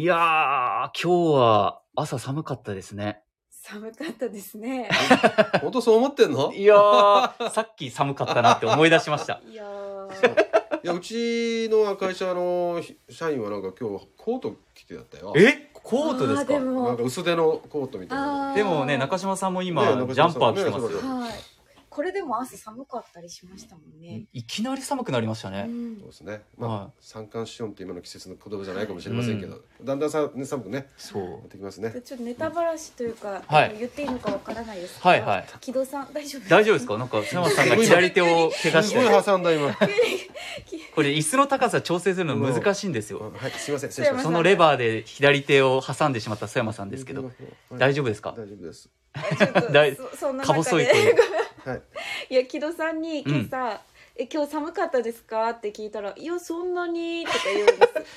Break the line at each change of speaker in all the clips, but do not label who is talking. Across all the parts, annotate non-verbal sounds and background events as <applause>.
いやー、今日は朝寒かったですね。
寒かったで
<laughs>
すね。
<laughs> 本当そう思ってんのい
いやー、 <laughs> さっき寒かったなって思い出しました。
いやー、
やうちの会社のひ社員はなんか今日コート着てやったよ
<laughs> えコートです
あで
か
なん
も
か、薄手のコートみたいな
あー
でもね、中島さんも今、
ね
ジ
中島さ
ャ
ん
ンパー着てますよ
ね。そう
はい。これでも朝寒かったりしましたもんね。
いきなり寒くなりました
う。
ね。
そうんですねまあ、
はい
三寒四温って今の季節の言葉じゃないかもしれませんけど、だんだんさ、ね、寒くね
そう
なってきますね
でちょっとネタばらしというか、
はい
あの言っていいのかわからないですけど。
はいはい。
木戸さん、大丈夫
大丈夫ですかなんか、砂松さんが左手を怪我し
すごい
て。
挟ん
<laughs>
だ今はい
これ、椅子の高さ調整するの難しいんですよ。
すいません失礼しまし
そのレバーで左手を挟んでしまった曽山さん
た
ですけど、
はい
大丈夫ですか
大丈夫です
<laughs> 大
ちょっとそそんな
か
中
細い
で
声。
はい
<laughs> いや、木戸さんに今朝、え今日寒かったですかって聞いたら「いやそんなに」とか言うんで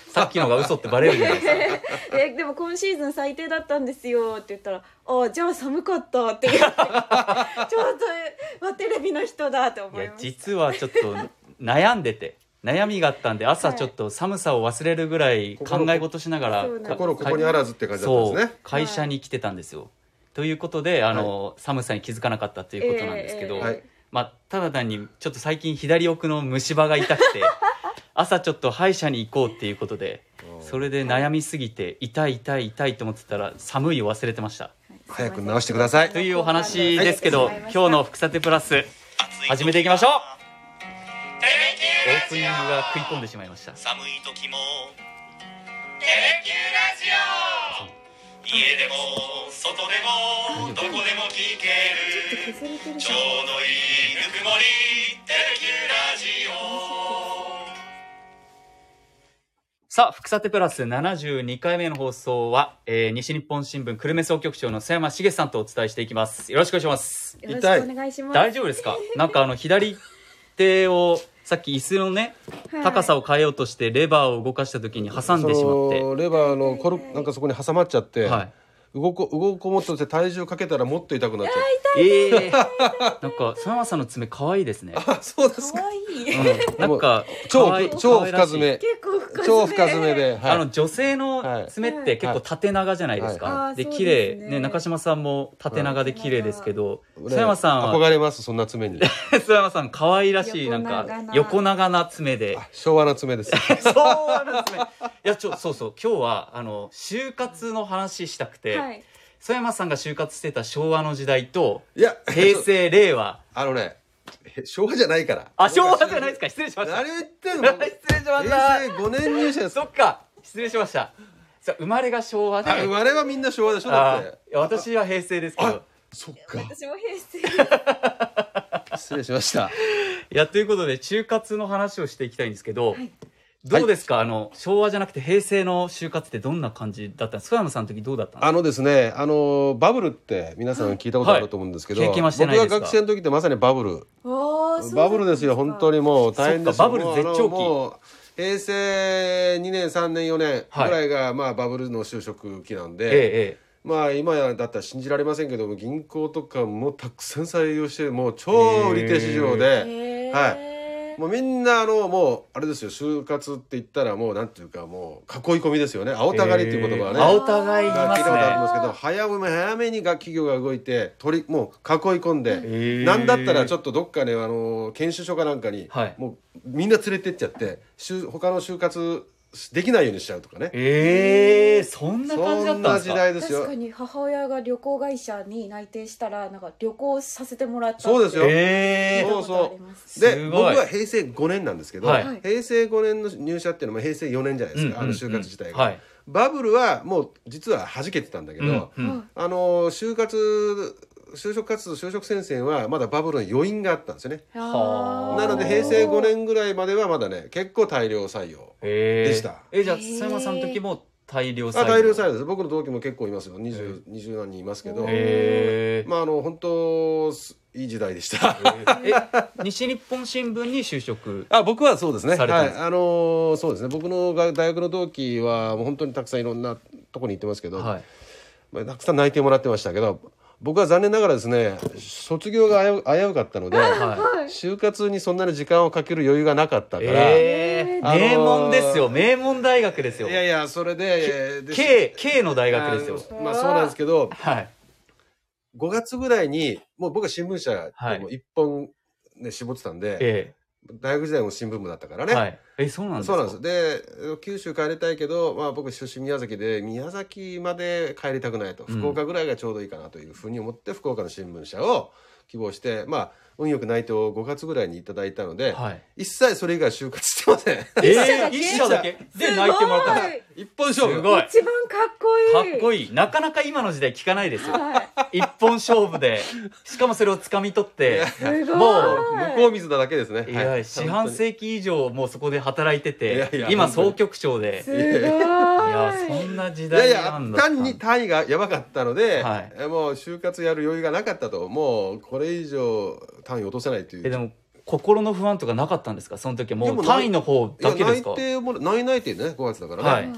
す
さっきのが嘘ってバレるじゃないですか。
「 <laughs> えでも今シーズン最低だったんですよ」って言ったら「あじゃあ寒かった」って
<laughs>
言ってちょっとえまテレビの人だって
い
思い
や
ました
実はちょっと悩んでて悩みがあったんで朝
はい
ちょっと寒さを忘れるぐらい考え事しながら
心
か
心ここにあらずって感じだったん
そ
で
う
すね
会社に来てたんですよ。ということであの、寒さに気づかなかったということなんですけど、
ええ
はい
まあ、ただ単にちょっと最近左奥の虫歯が痛く
<laughs>
て朝ちょっと歯医者に行こうっていうことでそれで悩みすぎて痛い痛い痛いと思ってたら寒いを忘れてました。
早く直してください
というお話ですけど、今日の「福さてプラス」始めていきましょう
テレ
オ
キュラ
ープ
ジ
ニング
オ
が食い込んでしまいました
寒い時もテレキュラジオ家でも外でもどこでも聞ける
削れてる
ちょうどいいぬくもりテレキュラジオ
さあ「福さてプラス」72回目の放送は、えー西日本新聞久留米総局長の佐山茂さんとお伝えしていきますよろしくお願いします
よろしくお願いします
大丈夫ですかなんかあの左手をさっき椅子のね高さ
を
を変えようとしてレバーを動かした時に挟んでしまって
そのレバーのコルなんかそこに挟まっちゃって、
はい
動こ動こうとして体重かけたらもっと痛くなっちゃう
ええー、なんか佐山さんの爪可愛いですね、
あそうです
可
か
愛い <laughs> 結
うん、なんか
超
可愛い
超深爪
構深爪
超深爪で、はい、
あの女性の爪って結構縦長じゃないですか、
はい
はい
で
あー
綺麗
そうで
ね
すね
中島さんも縦長で綺麗ですけど
俺
須山さんは
憧れますそんな
<laughs>
爪に
須山さん可愛らしいなん
横長
か
な
横長な爪で
あ昭和の爪です
<laughs> そうなんですねいやちょそうそう今日はあの就活の話したくて、
はい
須山さんが就活してた昭和の時代と
いや
平成令和
あのねへ昭和じゃないから
あ昭和じゃないですか失礼しました
何を言っ
<laughs>
てんの
失礼しまし
平
た
成5年入社です
そっか失礼しましたさ生まれが昭和で
あ我々はみんな昭和でしょだ
あ
って
ーいや私は平成ですけど
あそっか
私も平成
<laughs> 失礼しました
いやということで就活の話をしていきたいんですけど、どうですか、あの昭和じゃなくて平成の就活ってどんな感じだったんですか須山さんの時どうだったんです
あのですねあのバブルって皆さん聞いたことあると思うんですけど、
はい経験はしてないですか
僕が学生の時ってまさにバブル
おーそう
バブルですよ本当にもう大変です
そ
よ
っかバブル絶頂期
もうあのもう平成2年3年4年ぐ
はい
らいが、まあバブルの就職期なん
ええ
で、
ええ
まあ今だったら信じられませんけども銀行とかもたくさん採用してもう超売り手市場
へ
で、
ー
もうみんなあのもうあれですよ就活って言ったらもうなんていうかもう囲い込みですよね青たがりっていう言葉はね、
ええ青たがり言い
が
ま
聞い
す
たことあり
ね
ますけど早め早めにが企業が動いて取りもう囲い込ん
へえ
でなんだったらちょっとどっかねあの研修所かなんかに
はい
もうみんな連れてっちゃって就他の就活できないようにしちゃうとかね
ええそんな感じだ
そ
ったん
んな
です
時
か
代です
確
よ
かに母親が旅行会社に内定したらなんか旅行させてもらったって
そうですよ
え
聞いた
え
そう
ことあり
そ
ます
う
す
で
ご
僕
い
は平成5年なんですけど
はい
平成5年の入社っていうのは平成4年じゃないです
うん
かあの就活自体
は
が
い
バブルはもう実は弾けてたんだけ
うん
ど
うん
はい
あの就活就職活動就職戦線はまだバブルの余韻があったんですよね
はあ
なので平成5
五
年ぐらいまではまだね結構大量採用
ええ
でした
えじゃあ須山さんの時も大量採
あ大量採用です僕の同期も結構いますよ二十二十何人いますけど
ええ
まああの本当すいい時代でした
え西日本新聞に就職
あ僕はそうですね
されたん
は
で
い
す
あのーそうですね僕のが大学の同期はもう本当にたくさんいろんなとこに行ってますけど、
はい
まあ、たくさん内定もらってましたけど僕は残念ながらですね卒業が危う危うかったので、
は
就活にそんなに時間をかける余裕がなかったから、
ええ
あのー
名門ですよ名門大学ですよ
いやいやそれでで
K, K の大学ですよ
あのまあそうなんですけど
はい
5月ぐらいにもう僕は新聞社
はい
でも一本、ね絞ってたんで
え
大学時代も新聞部だったから
え
ね、
はいえそうなんです
そ
か
うなんですで九州帰りたいけど、まあ、僕出身宮崎で宮崎まで帰りたくないと
うん
福岡ぐらいがちょうどいいかなというふうに思って、福岡の新聞社を希望してまあ運よく内定を5月ぐらいにいただいたので、
はい
一切それ以外は就活してません
え
社だ
え
け
一社だけで泣いてもらったんです
一本勝負
すごい
一番かっこいい
かっこ
いい
いいなかなか今の時代聞かないです
<laughs>
よ
はい
一本勝負でしかもそれを掴み取って
すごい
も
<laughs> 向こう水なだけですね
いや四半世紀以上もうそこで働いて
いやい
て
や
今総局長です
ごい
いやそんな時
いやい
代な
や
んだった
単に単位がやばかったので、
はい
えもう就活やる余裕がなかったともうこれ以上単位落とせないという
えでも心の不安とかなかったんですかその時はも
でも
う
ない
単位の方
いや
だけですか
内定も内内定ね5月だからね、
はい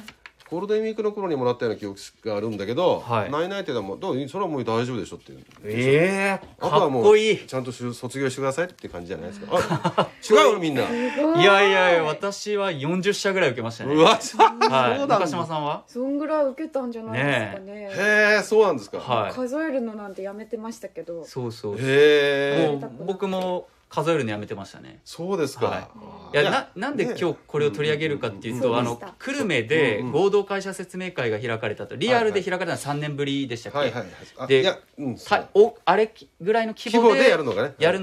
ゴールデンウィークの頃にもらったような記憶があるんだけど、
はい
内内定でもどうそれはもう大丈夫でしょっていう
ええ
あと
か
は
っ
も
こ
う
いい
ちゃんとし卒業してくださいって感じじゃないですか
<laughs>
あ違うよみんな
いやいやいや私は40社ぐらい受けましたね
うわそうそう
はい
なん
中島
だ
さんは
そんぐらい受けたんじゃないですかね
へえそうなんですか、
はい
数えるのなんてやめてましたけど
そうそうも
へえ
ー
う僕も数えるのやめてましたね
そうですか、
はい
あ
い
ー
やななんで
ね
今日これを取り上げるかっていうと、
うんう
あ
んうんうん
の
そうでした
久留米で
うんうん
合同会社説明会が開かれたとリアルで開かれたのは3年ぶりでしたっけ、
はいはいはいあ
で
いや、うん、そう
たおあれぐらいの規
規
模
模
で
で
や
や
る
る
の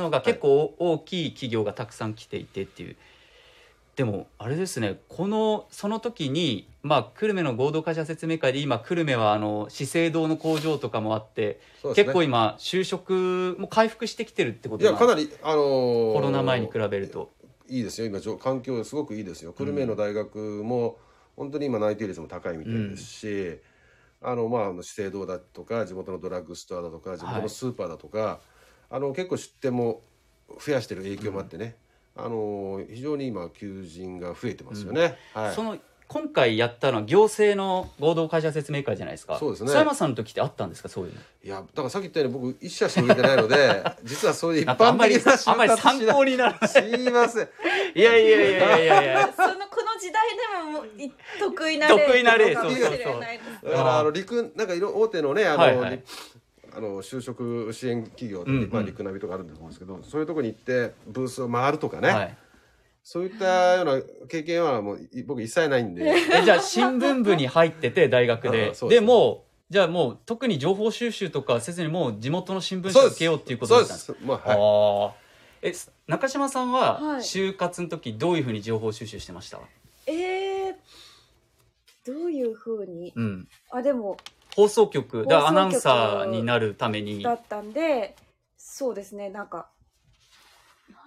のが
が
ね
結構大きい企業がたくさん来ていてっていうでもあれですねこのその時に、まあ、久留米の合同会社説明会で今久留米はあの資生堂の工場とかもあって、
そうですね
結構今就職も回復してきてるってこ
い
と
やかな
り
りあのー
コロナ前に比べると
いいですよ今じょ環境すごくいいですよ久留米の大学も、本当に今内定率も高いみたいですし、あのまああの資生堂だとか地元のドラッグストアだとか地元のスーパーだとか、あの結構出店も増やしてる影響もあってね、あの非常に今求人が増えてますよね、はい
その今回やったのは行政の合同会社説明会じゃないですか
そうですね
佐山さんの時ってあったんですかそういうの
いやだからさっき言ったように僕一社しか受けてない
<laughs>
ので実はそういう一
なんかあ
般
んまり
的な
あんまり
就活
参
しない
考にならない
<laughs> すいません
いやいやいやいやい <laughs> や
そのこの時代でももうい得意な例
得意な例
かもしれないです
そうそう
だからあの陸なんかいろ大手のねあの、
はいはい
りあの就職支援企業で、
うんうん
まあ陸ナビとかあるんだと思うんですけど、そういうとこに行ってブースを回るとかね、
はい
そういったような経験はもうい僕一切ないん
<laughs>
で
えじゃあ新聞部に入ってて大学で
あそう
で
です
もうじゃあもう特に情報収集とかせずにもう地元の新聞社
そう
を
です
受けようっていうことだったんです
そうですまあ、はい
ああえす中島さんは
はい
就活の時どういうふうに情報収集してました、
えー、どういうふうに
うん、
あでも
放送局だからア
放
ナ
送局
ウンサーになるために
だったんでそうですねなんか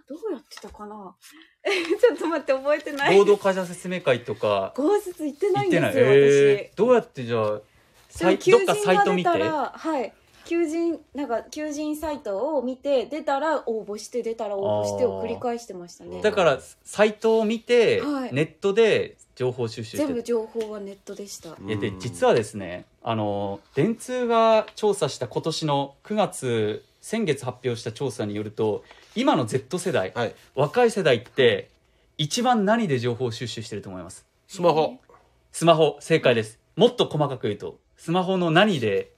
どうやってたかな <laughs> ちょっと待って覚えてない
合同会社説明会とか
合説行ってな
行
い
っ
んで
て
すよ
ない
私、
えーどうやってじゃあサイ
求
どっ
人
かサイト見て
が出たらはい求人なんか求人サイトを見て出たら応募して出たら応募してを繰り返してましたね
だからサイトを見て、
はい
ネットで情報収集して
全部情報はネットでした
えで
うん
実はですねあの電通が調査した今年の9月先月発表した調査によると今の Z 世代、
はい
若い世代って一番何で情報収集してると思います
スマホ
スマホ正解ですもっと細かく言うとスマホの何で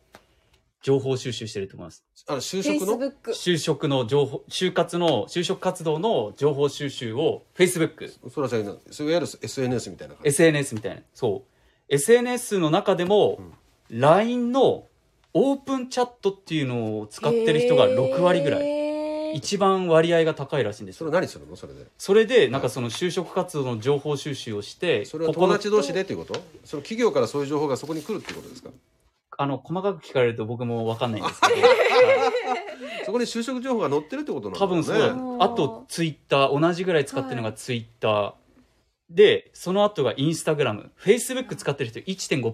情報収集してると思います
あの就
フェイス
職の
ブック
就職の情報就活の就職活動の情報収集を Facebook
そらさんいわゆる SNS みたいな感じ
SNS みたいなそう SNS の中でも LINE のオープンチャットっていうのを使ってる人が6割ぐらい
い
一番割合が高いらしいんです
それ
よ
何するのそれで
それでなんかその就職活動の情報収集をして
それは
ここの
友達同士でっていうことその企業からそういう情報がそこに来るっていうことですか
あの細かく聞かれると僕も分かんないん
<laughs>
ですけど
そこに就職情報が載ってるってことなんだ
多
ろう
分
ね
そうだ
ね
あとツイッター同じぐらい使ってるのがツイッター、でその後がインスタグラムフェイスブック使ってる人1.5%
少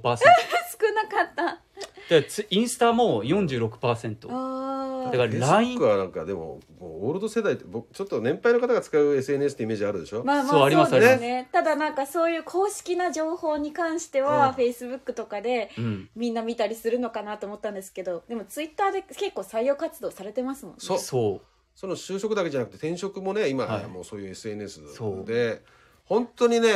なかった
でツインスタも46%
あ
だから LINE
Facebook はなんかでももうオールド世代って僕ちょっと年配の方が使う SNS ってイメージあるでしょ、
まあまあ
そうあります
そうで
あ
すねただなんかそういう公式な情報に関しては
うん
フェイスブックとかで
うん
みんな見たりするのかなと思ったんですけどでもツイッターで結構採用活動されてますもんね
そう
そう
その就職だけじゃなくて転職もね今、
はい
もうそういう SNS
そう
で本当にね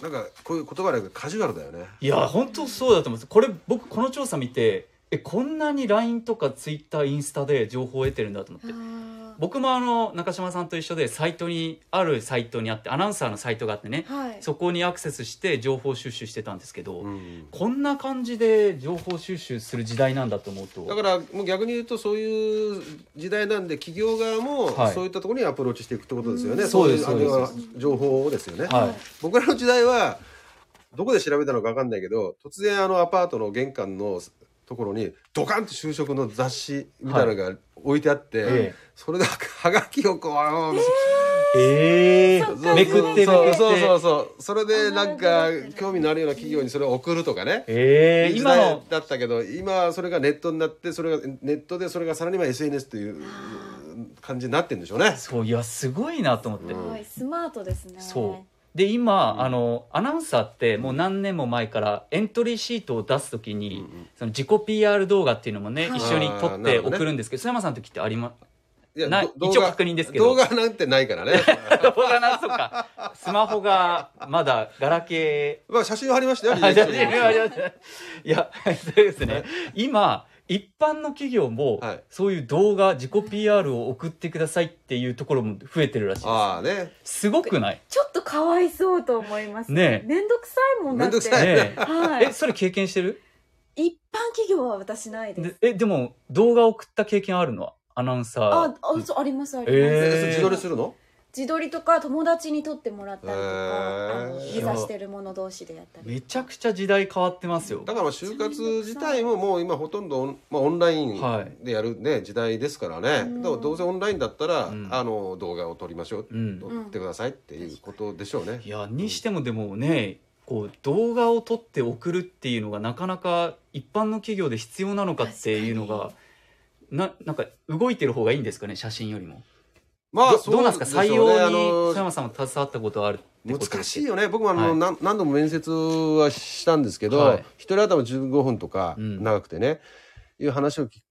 なんかこういう言葉だけどカジュアルだよね
いや本当そうだと思いますこれ僕この調査見てえこんなに LINE とか Twitter インスタで情報を得てるんだと思って
あ
僕もあの中島さんと一緒でサイトにあるサイトにあってアナウンサーのサイトがあってね
ーはい
そこにアクセスして情報収集してたんですけど、
うん
こんな感じで情報収集する時代なんだと思うと
だからもう逆に言うとそういう時代なんで企業側も
はい
そういったところにアプローチしていくってことですよね、
うん
そうい
そう
う
です
あの情報をですよね、
はい
僕らの時代はどこで調べたのか分かんないけど突然あのアパートの玄関のところにドカンと就職の雑誌みたいなのが置いてあって、
はいええ
それではがきをこう、
ええ
そっか
めくってめくって
そうそうそうそうそれでなんか
あなるほど
興味のあるような企業にそれを送るとかね、
ええ
時
今
代
の
だったけど今それがネットになってそれがネットでそれがさらに今 SNS という感じになってんでしょうね。
そういやすごいなと思って、
すごいスマートですね
そうで今、あのアナウンサーってもう何年も前からエントリーシートを出すときに、その自己 PR 動画っていうのもね、
はい
一緒に撮
あー
っ
な
て
るほどね
送るんですけど、須山さんの時ってありま <laughs>
いや
な
ど動
一応
画
確認ですけど
動画なんてないから
<laughs>
ね。
す動画なんとかスマホがまだガラケー
まあ写真を貼りました <laughs> よ。履
あ
歴
じゃ
書
あ
に
いやいやいやそうですね今一般の企業も、
はい
そういう動画自己 PR を送ってくださいっていうところも増えてるらしいで
ああね。
すすごくない
ちょっとかわいそうと思います
ねえ
めんどくさいもんだって
めんどくさい
ね
は
え
い
えそれ経験してる
一般企業は私ないです
でえでも動画送った経験あるのアナウンサー
ああそうありますあります、
へえ
えそれ自撮りするの？
自撮りとか友達に撮ってもらったりとか、
へー
あのビザしてる者同士でやったり
めちゃくちゃ時代変わってますよ
だからまあ就活自体ももう今ほとんどオン,、まあ、オンライ
はい
ンでやるね、時代ですからね。
うん
だからどうせオンラインだったら、
うん
あの動画を撮りましょう、
うん
撮ってくださいっていうことでしょうね
い。やにしてもでもねこう動画を撮って送るっていうのがなかなか一般の企業で必要なのかっていうのがななんか動いてる方がいいんですかね写真よりも
ま
どどうなんですか採用に
あの
須山さんも携わったことあるってこと
難しい
よ
よね僕もあの、
はい
なん何度も面接はしたんですけど、
はい
一人頭15分とか
うん
長くてね、いう話をき、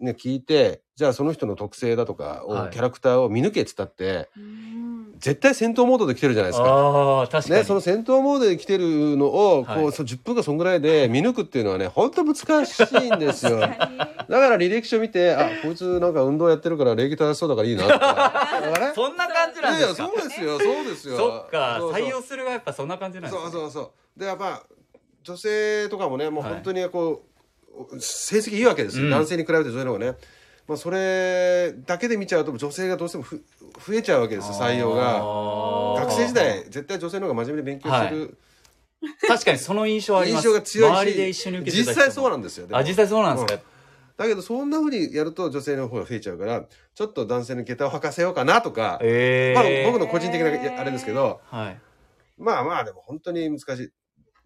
ね、聞いてじゃあその人の特性だとかを、
はい
キャラクターを見抜けっつったって
うん
絶対戦闘モードで来てるじゃないですか。
ああ確かに、
ね、その戦闘モードで来てるのを、
はい
こうそう10分かそんぐらいで見抜くっていうのはね本当難しいんですよ。だ
確かに
から履歴書見てあこいつなんか運動やってるから礼儀正しそうだからいいなと
<laughs>
か。だからね
そんな感じなん
い
で
やいや
すか
そうですよそうですよ。
そっか
そうそう
採用するがやっぱそんな感じなんです
そう
ね
そうそうでやっぱ女性とかもねもう
はい
本当にこう、成績いいわけですよ、
うん
男性に比べて女性の方がね、まあ、それだけで見ちゃうと女性がどうしてもふ増えちゃうわけですよ採用が
あー
学生時代絶対女性の方が真面目に勉強してる
確かにその印象はありま
印
す
象が強いし、
周りで一緒に受けてた
実
人も
際そうなんですよでも
あ実際そうなんですか、
だけどそんなふうにやると女性の方が増えちゃうからちょっと男性の下駄を履かせようかなとか、
え
まあ、
え
僕の個人的なあれですけど、
はい
まあまあでも本当に難しい。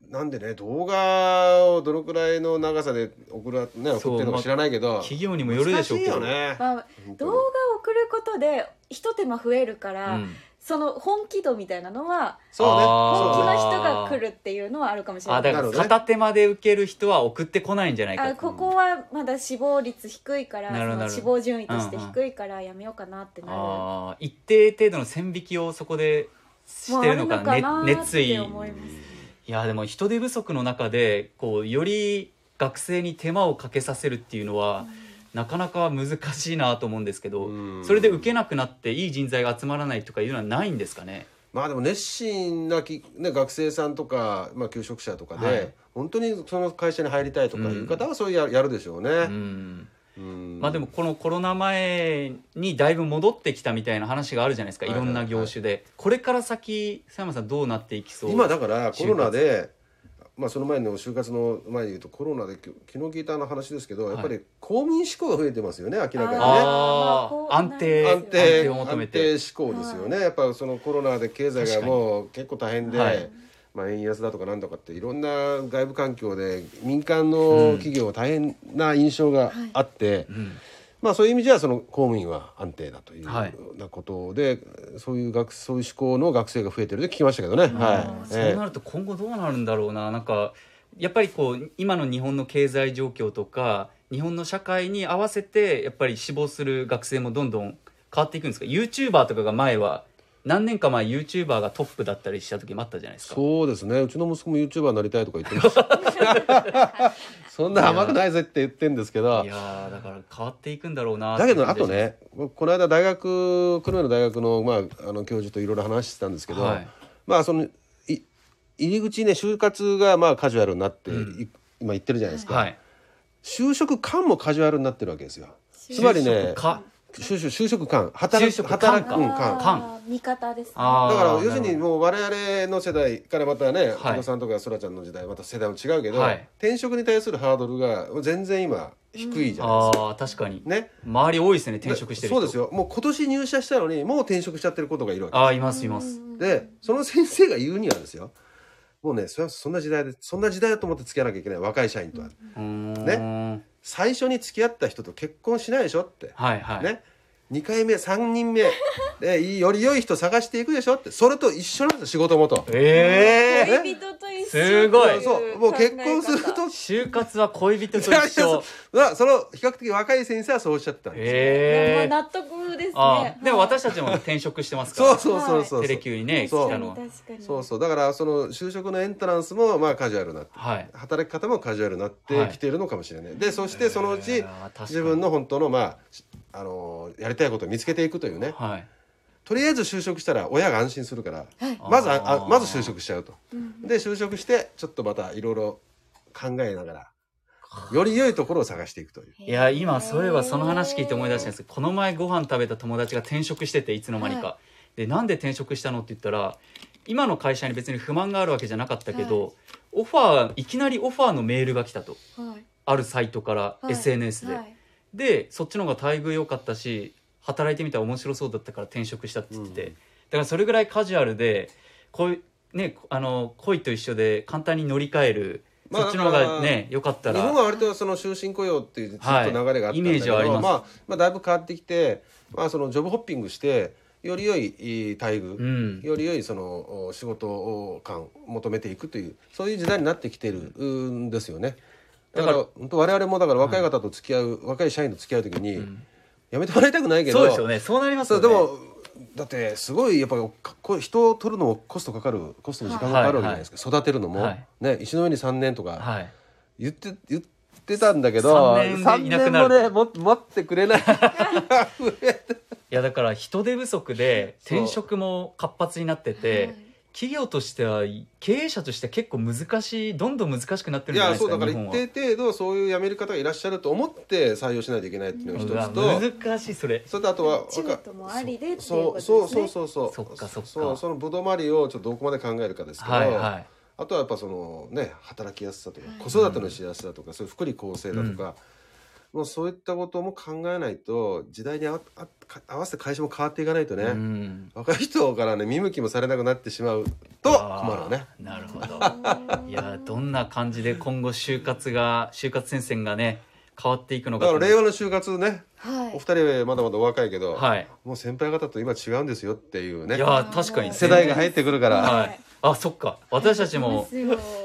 なんでね動画をどのくらいの長さで送るね送ってるのか知らないけど、
企業にもよるでしょうけど
難しいよね。
まあ、動画を送ることで一手間増えるから、
うん
その本気度みたいなのは
そうね。
あー
本気
そうね
の人が来るっていうのはあるかもしれ
あ
な
だ
い
か
なる
ら
ほどね
片手まで受ける人は送ってこないんじゃないか
あここはまだ死亡率低いから
なるほどな
その
るほど
死亡順位として低いからやめようかなってなる、
あー一定程度の線引きをそこでしてるのか
まあある
ね
のかなー
熱意い
って思います
やでも人手不足の中でこうより学生に手間をかけさせるっていうのは、なかなか難しいなと思うんですけど、
うん
それで受けなくなっていい人材が集まらないとかいうのはないんですかね
まあでも熱心なき、ね、学生さんとか、まあ、求職者とかで、
はい
本当にその会社に入りたいとかいう方はそうや,、やるでしょうね。
うん
うん
まあでもこのコロナ前にだいぶ戻ってきたみたいな話があるじゃないですかい
はいは
ろ
い
んな業種でこれから先佐山さんどうなっていきそう
今だからコロナで、まあ、その前の就活の前に言うとコロナできょ昨日聞いた話ですけど、やっぱり公務員志向が増えてますよね明らかにね。
あ
まあこう
あ安定
安定
を求め
安
て
定志向ですよね、やっぱそのコロナで経済がもう結構大変で、
はい
まあ、円安だとかなんとかっていろんな外部環境で民間の企業は大変な印象があって、
ん
まあ、そういう意味じゃその公務員は安定だというよ
はいう
なことで、そういう学そういう志向の学生が増えてるで聞きましたけどね。はい
そう
ええ
なると今後どうなるんだろうななんかやっぱりこう今の日本の経済状況とか日本の社会に合わせてやっぱり志望する学生もどんどん変わっていくんですか YouTuber とかが前は何年か前 YouTuber がトップだったりした時もあったじゃないですか
そうですねうちの息子も YouTuber になりたいとか言ってます
<laughs>
そんな甘くないぜって言ってんですけど
いやーだから変わっていくんだろうな
だけどあ
ってい
と
う感じがし
ね僕この間大学久留米の大学の,、まあ、あの教授といろいろ話してたんですけど、
はい
まあそのい入り口ね就活がまあカジュアルになってい、
う
今言ってるじゃないです
ます
か、
はい
就職間もカジュアルになってるわけですよ
就職
つまりね
就職か
就職就職間働
就職
く
間
働
か
く、うん、間
か
あー味方ですね
あー
だから要
な
す
る
る
ほど
にもう我々の世代からまたね
はい
小野さんとかそらちゃんの時代また世代も違うけど、
はい
転職に対するハードルが全然今低いじゃない
あ
です
ー確
か。
かに
ね、
周り多いですね転職してる人
そうですよもう今年入社したのにもう転職しちゃってることがいるわ
ああいますいます
うん
けでその先生が言うにはですよもうねそれはそんな時代でそんな時代だと思って付き合わなきゃいけない若い社員とは、
うーん
最初に付き合った人と結婚しないでしょって、
はいはい、
ね2回目3人目でいいより良い人探していくでしょってそれと一緒なんですよ仕事もと。
ええ
恋人と一緒
すごい
と
そうもう結婚すると
就活は恋人と
いやいや
一
そ
緒
<laughs> うだその比較的若い先生はそうおっしゃってたんですよ、
ええ
まあ納得ですね
ああでも
はい
私たちも転職してますから
そうそうそうそう、
テレキューにね
そう
来
確
た
か
の
に
は
確かに
そうそうだからその就職のエントランスもまあカジュアルになって
はい
働き方もカジュアルになってきているのかもしれない、でそしてそのう
いや
ち
ー確かに
自分の本当のまあしあのーやりたいことを見つけていくというね
はい
とりあえず就職したら親が安心するから、
はい
まずあ
あ
あ
ー
まず就職しちゃうと
うん
で就職してちょっとまたいろいろ考えながらより良いところを探していくという
いや今そういえばその話聞いて思い出したんですけどこの前ご飯食べた友達が転職してていつの間にか、でなんで転職したのって言ったら今の会社に別に不満があるわけじゃなかったけど、オファーいきなりオファーのメールが来たと
はい
あるサイトから、
はい
SNS で、
はい
でそっちの方が待遇良かったし働いてみたら面白そうだったから転職したって言ってて、
うん
だからそれぐらいカジュアルでこういうねあの恋と一緒で簡単に乗り換える、
まあ
そっちの方がね良かった
日
ら
本は割とその終身雇用っていうずっと流れがあったんだけど、
はいイメージはあります
あまあ、だいぶ変わってきて、まあ、そのジョブホッピングしてより良いいい待遇、
うん、
より良いそのお仕事を感を求めていくというそういう時代になってきてるんですよね。だから
だ
本当我々もだから若い方と付き合う、若い社員と付き合う時に、
ん
やめてもらいたくないけど
そうですよねそうなりますよ
そう
ね
でもだってすごいやっぱりかこ人を取るのもコストかかるコストの時間がかかるわけじゃないですか、育てるのも、
はい
ね、石の上に3年とか。
はい
言って言ってたんだけど
三年でいなくなる
三年もねも待ってく
<laughs>
れない
いやだから人手不足で
そう
転職も活発になって
は
て
い
企業としては経営者として結構難しいどんどん難しくなってる
い
んじゃないです
やそう
か
だから
日本
一
は
定程度そういう辞める方がいらっしゃると思って採用しないといけないっていうの
う
が
わ
一つと
難しいそれ
それとあとは
中途もありでっていうことですね
そうそうそうそう
そっかそっか
そうそのぶどまりをちょっとどこまで考えるかですけど、
はいはい
あとはやっぱそのね働きやすさとか
はい
子育てのしやすさとか、そういう福利厚生だとか、もうそういったことも考えないと時代にあわあか合わせて会社も変わっていかないとね、
うん
若い人からね見向きもされなくなってしまうと困るわね。
あーなるほどいやどんな感じで今後就活が就活戦線がね変わっていくの
だ
か
から令和の就活ね、
は
お
い
二人はまだまだお若いけど、
はい
もう先輩方と今違うんですよっていう
い
ね
や確かに
世代が入
っ
ってくるか
た
ら、
はいあそっか私たちも
そうです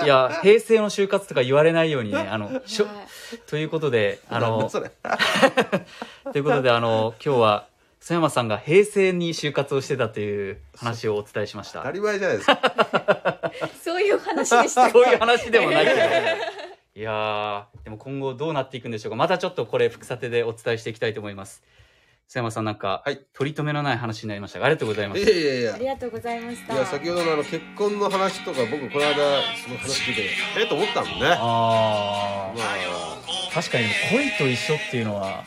よ
いや平成の就活とか言われないようにねあのしょ
はい
ということであ
なんだ
の
<laughs> それ
ということであの今日は曽山さんが平成に就活をしてたという話をお伝えしまし
当た
た
り前じゃないですか。
そういう話
<laughs>
でしたっけ
そういう話でもないけどいやーでも今後どうなっていくんでしょうかまたちょっとこれ副査定でお伝えしていきたいと思います曽山さんなんか、
はい
取り留めのない話になりましたがありがとうございま
<laughs> い
す
やいやいや
あり。がとうございました
いや先ほどのあの結婚の話とか僕この間その話聞いてえっと思ったもんね。ま
あー
あ
確かに恋と一緒っていうのは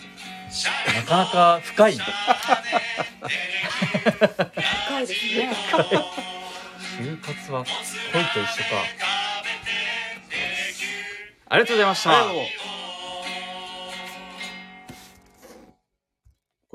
なかなか深い
深いですね
就活は恋と一緒かありがとうございました
どうも